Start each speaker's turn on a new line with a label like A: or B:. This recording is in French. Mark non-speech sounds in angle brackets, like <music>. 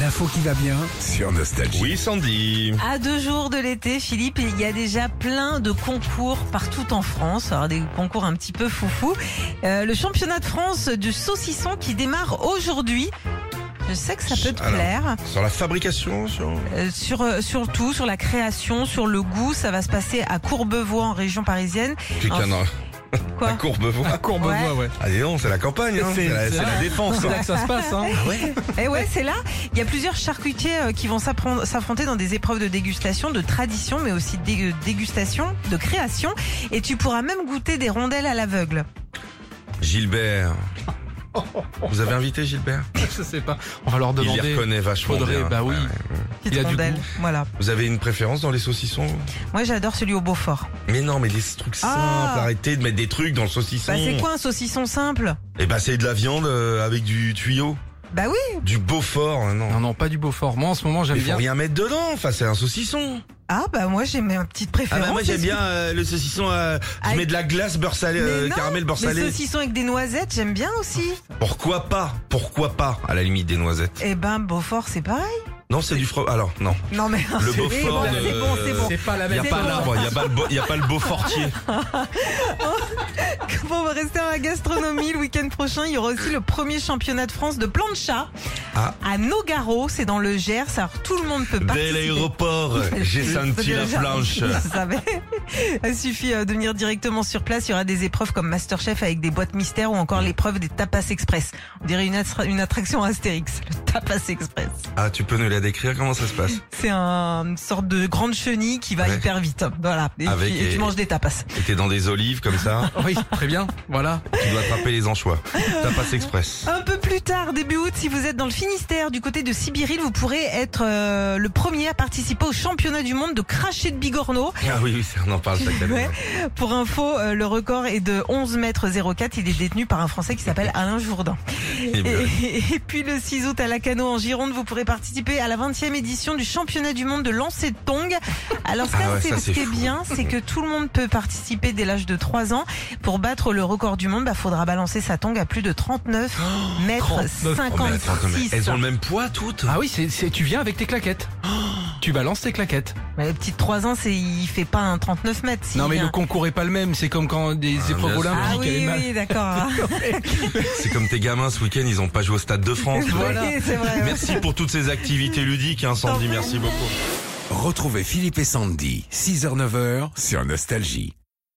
A: L'info qui va bien sur Nostalgie.
B: Oui, Sandy.
C: À deux jours de l'été, Philippe, il y a déjà plein de concours partout en France, alors des concours un petit peu foufou. Euh, le championnat de France du saucisson qui démarre aujourd'hui. Je sais que ça peut te
B: Alors.
C: plaire.
B: Sur la fabrication, sur...
C: Euh, sur, euh, sur tout, sur la création, sur le goût, ça va se passer à Courbevoie en région parisienne.
B: Putain,
C: Alors,
B: non,
C: Quoi
B: à Courbevoie.
C: Courbevoie,
D: ouais.
B: Ah, dis donc, c'est la campagne, hein. c'est la, c'est la défense. hein.
D: que ça se passe. Hein.
C: Eh ouais, c'est là. Il y a plusieurs charcutiers euh, qui vont s'appren- s'affronter dans des épreuves de dégustation, de tradition, mais aussi de dé- euh, dégustation, de création. Et tu pourras même goûter des rondelles à l'aveugle.
B: Gilbert. Vous avez invité Gilbert
D: <laughs> Je sais pas. On va leur
B: Il les
D: demander.
B: reconnaît vachement
D: Faudrait,
B: bien.
D: bah oui.
C: Petite
D: Il a du
C: rondelle.
D: goût.
C: Voilà.
B: Vous avez une préférence dans les saucissons
C: Moi, j'adore celui au Beaufort.
B: Mais non, mais les trucs simples,
C: Ah.
B: arrêtez de mettre des trucs dans le saucisson.
C: Bah, c'est quoi un saucisson simple
B: Eh bah, c'est de la viande euh, avec du tuyau,
C: Bah oui.
B: du Beaufort, hein, non.
D: Non, non, pas du Beaufort. Moi, en ce moment, j'aime
B: Il faut
D: bien.
B: rien mettre dedans, enfin c'est un saucisson.
C: Ah bah moi j'ai ma petite
B: Ah
C: préférence.
B: bah moi j'aime
C: c'est-
B: bien euh, le saucisson, euh, je
C: Avec-
B: mets de la glace, beurre salé,
C: Mais
B: euh,
C: non,
B: caramel, beurre
C: Les
B: salé.
C: saucissons avec des noisettes, j'aime bien aussi.
B: Pourquoi pas Pourquoi pas À la limite des noisettes.
C: Eh ben Beaufort c'est pareil.
B: Non, c'est du fromage. Alors non,
C: Non mais
B: le
C: c'est
B: Beaufort.
C: bon, c'est bon, c'est bon.
D: pas la
B: Il y a
C: Ah bah C'est
B: pas
C: bon.
B: l'arbre, il y a pas le Beau- il y a pas le
C: <laughs>
B: Beaufortier.
C: Bon, on va rester dans la gastronomie. Le week-end prochain, il y aura aussi le premier championnat de France de plancha
B: Ah.
C: à Nogaro. C'est dans le Gers. Alors tout le monde peut
B: Dès
C: participer. <laughs>
B: l'aéroport, j'ai senti la planche.
C: Je savais. Il suffit euh, de venir directement sur place. Il y aura des épreuves comme Masterchef avec des boîtes mystères ou encore l'épreuve des tapas express. On dirait une, attra- une attraction Astérix, le tapas express.
B: Ah, tu peux nous la décrire comment ça se passe
C: C'est un- une sorte de grande chenille qui va
B: Ouais.
C: hyper vite. Voilà. Et,
B: Avec-
C: puis- et tu manges des tapas.
B: Et T'es dans des olives comme ça,
D: Oui, très bien. Voilà.
B: tu dois attraper les anchois. T'as passé express.
C: Un peu plus tard, début août, si vous êtes dans le Finistère, du côté de Sibiril, vous pourrez être euh, le premier à participer au championnat du monde de cracher de bigorneau.
B: Ah oui, oui, ça, on en parle chaque année.
C: Ouais. Pour info, euh, le record est de 11 mètres 04. Il est détenu par un Français qui s'appelle Alain Jourdain.
B: Eh
C: Et,
B: bien,
C: <laughs> et puis le 6 août à Lacano en Gironde, vous pourrez participer à la 20e édition du championnat du monde de lancer de tong. Alors ça,
B: Ah ouais,
C: c'est
B: ça,
C: ce
B: c'est
C: qui est
B: fou.
C: bien, c'est que tout le monde peut participer dès l'âge de 3 ans. Pour battre le record du monde, bah, faudra balancer sa tong à plus de 39 mètres
B: 39. Oh, mais attends, attends, mais
C: 56.
B: Oh, Elles ont le même poids toutes
D: Ah oui, c'est, c'est- tu viens avec tes claquettes.
B: Oh.
D: Tu balances tes claquettes.
C: Mais le petit 3 ans, c'est il fait pas un 39 mètres. s'il
D: non, mais
C: vient.
D: le concours est pas le même. C'est comme quand des
B: Ah,
D: épreuves
B: bien sûr.
D: olympiques.
C: Ah
D: elle est
C: oui,
D: mal.
C: oui,
D: <laughs>
C: d'accord. <laughs>
B: C'est comme tes gamins ce week-end, ils ont pas joué au Stade de France. tu vois.
C: Oui, c'est vrai.
B: Merci pour toutes ces activités ludiques, hein, Sandy, merci beaucoup.
A: Retrouvez Philippe et Sandy, 6h-9h sur Nostalgie.